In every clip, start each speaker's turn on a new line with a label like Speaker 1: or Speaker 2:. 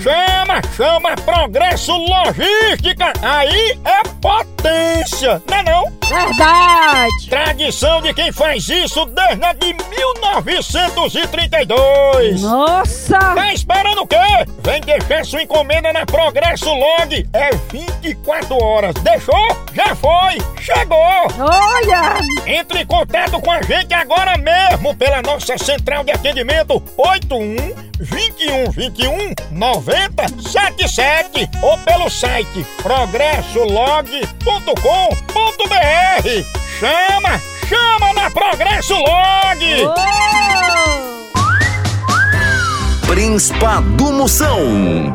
Speaker 1: Chama, chama Progresso Logística. Aí é potência, não é não?
Speaker 2: Verdade!
Speaker 1: Tradição de quem faz isso desde a de 1932.
Speaker 2: Nossa!
Speaker 1: Tá esperando o quê? Vem deixar sua encomenda na Progresso Log. É 24 horas. Deixou? Já foi. Chegou.
Speaker 2: Olha!
Speaker 1: Entre em contato com a gente agora mesmo pela nossa central de atendimento 81 21 21 90 77 ou pelo site progressolog.com.br. Chama, chama na Progresso Log.
Speaker 2: Oh!
Speaker 3: Príncipa do Moção.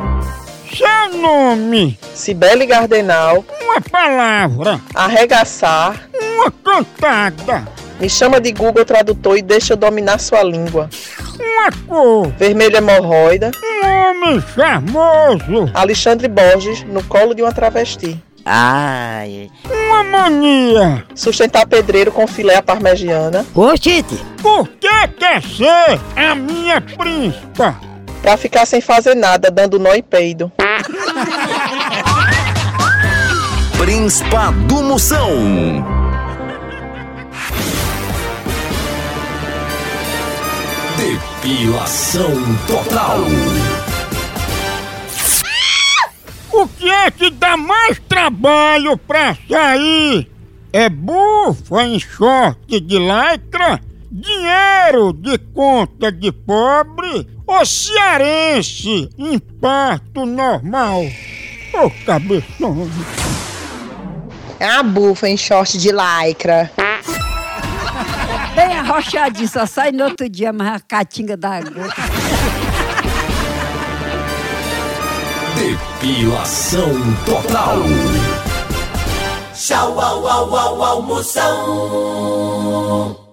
Speaker 1: Seu nome,
Speaker 4: Cibele Gardenal,
Speaker 1: uma palavra,
Speaker 4: arregaçar,
Speaker 1: uma cantada,
Speaker 4: me chama de Google Tradutor e deixa eu dominar sua língua.
Speaker 1: uma cor,
Speaker 4: Vermelho hemorroida,
Speaker 1: um homem charmoso,
Speaker 4: Alexandre Borges no colo de uma travesti.
Speaker 1: uma mania.
Speaker 4: Sustentar pedreiro com filé à parmegiana
Speaker 2: Ô, Tite!
Speaker 1: Por que quer ser a minha príncipa?
Speaker 4: pra ficar sem fazer nada, dando nó e peido.
Speaker 3: Príncipa do Moção. Depilação total.
Speaker 1: O que é que dá mais trabalho pra sair? É bufa em short de lycra? Dinheiro de conta de pobre? Ou cearense em parto normal? Ô cabeção!
Speaker 4: É a bufa em short de lycra.
Speaker 2: Bem arrochadinho, só sai no outro dia, mas a caatinga da gota.
Speaker 3: Depilação total.
Speaker 5: Tchau, au, au, au, almoção.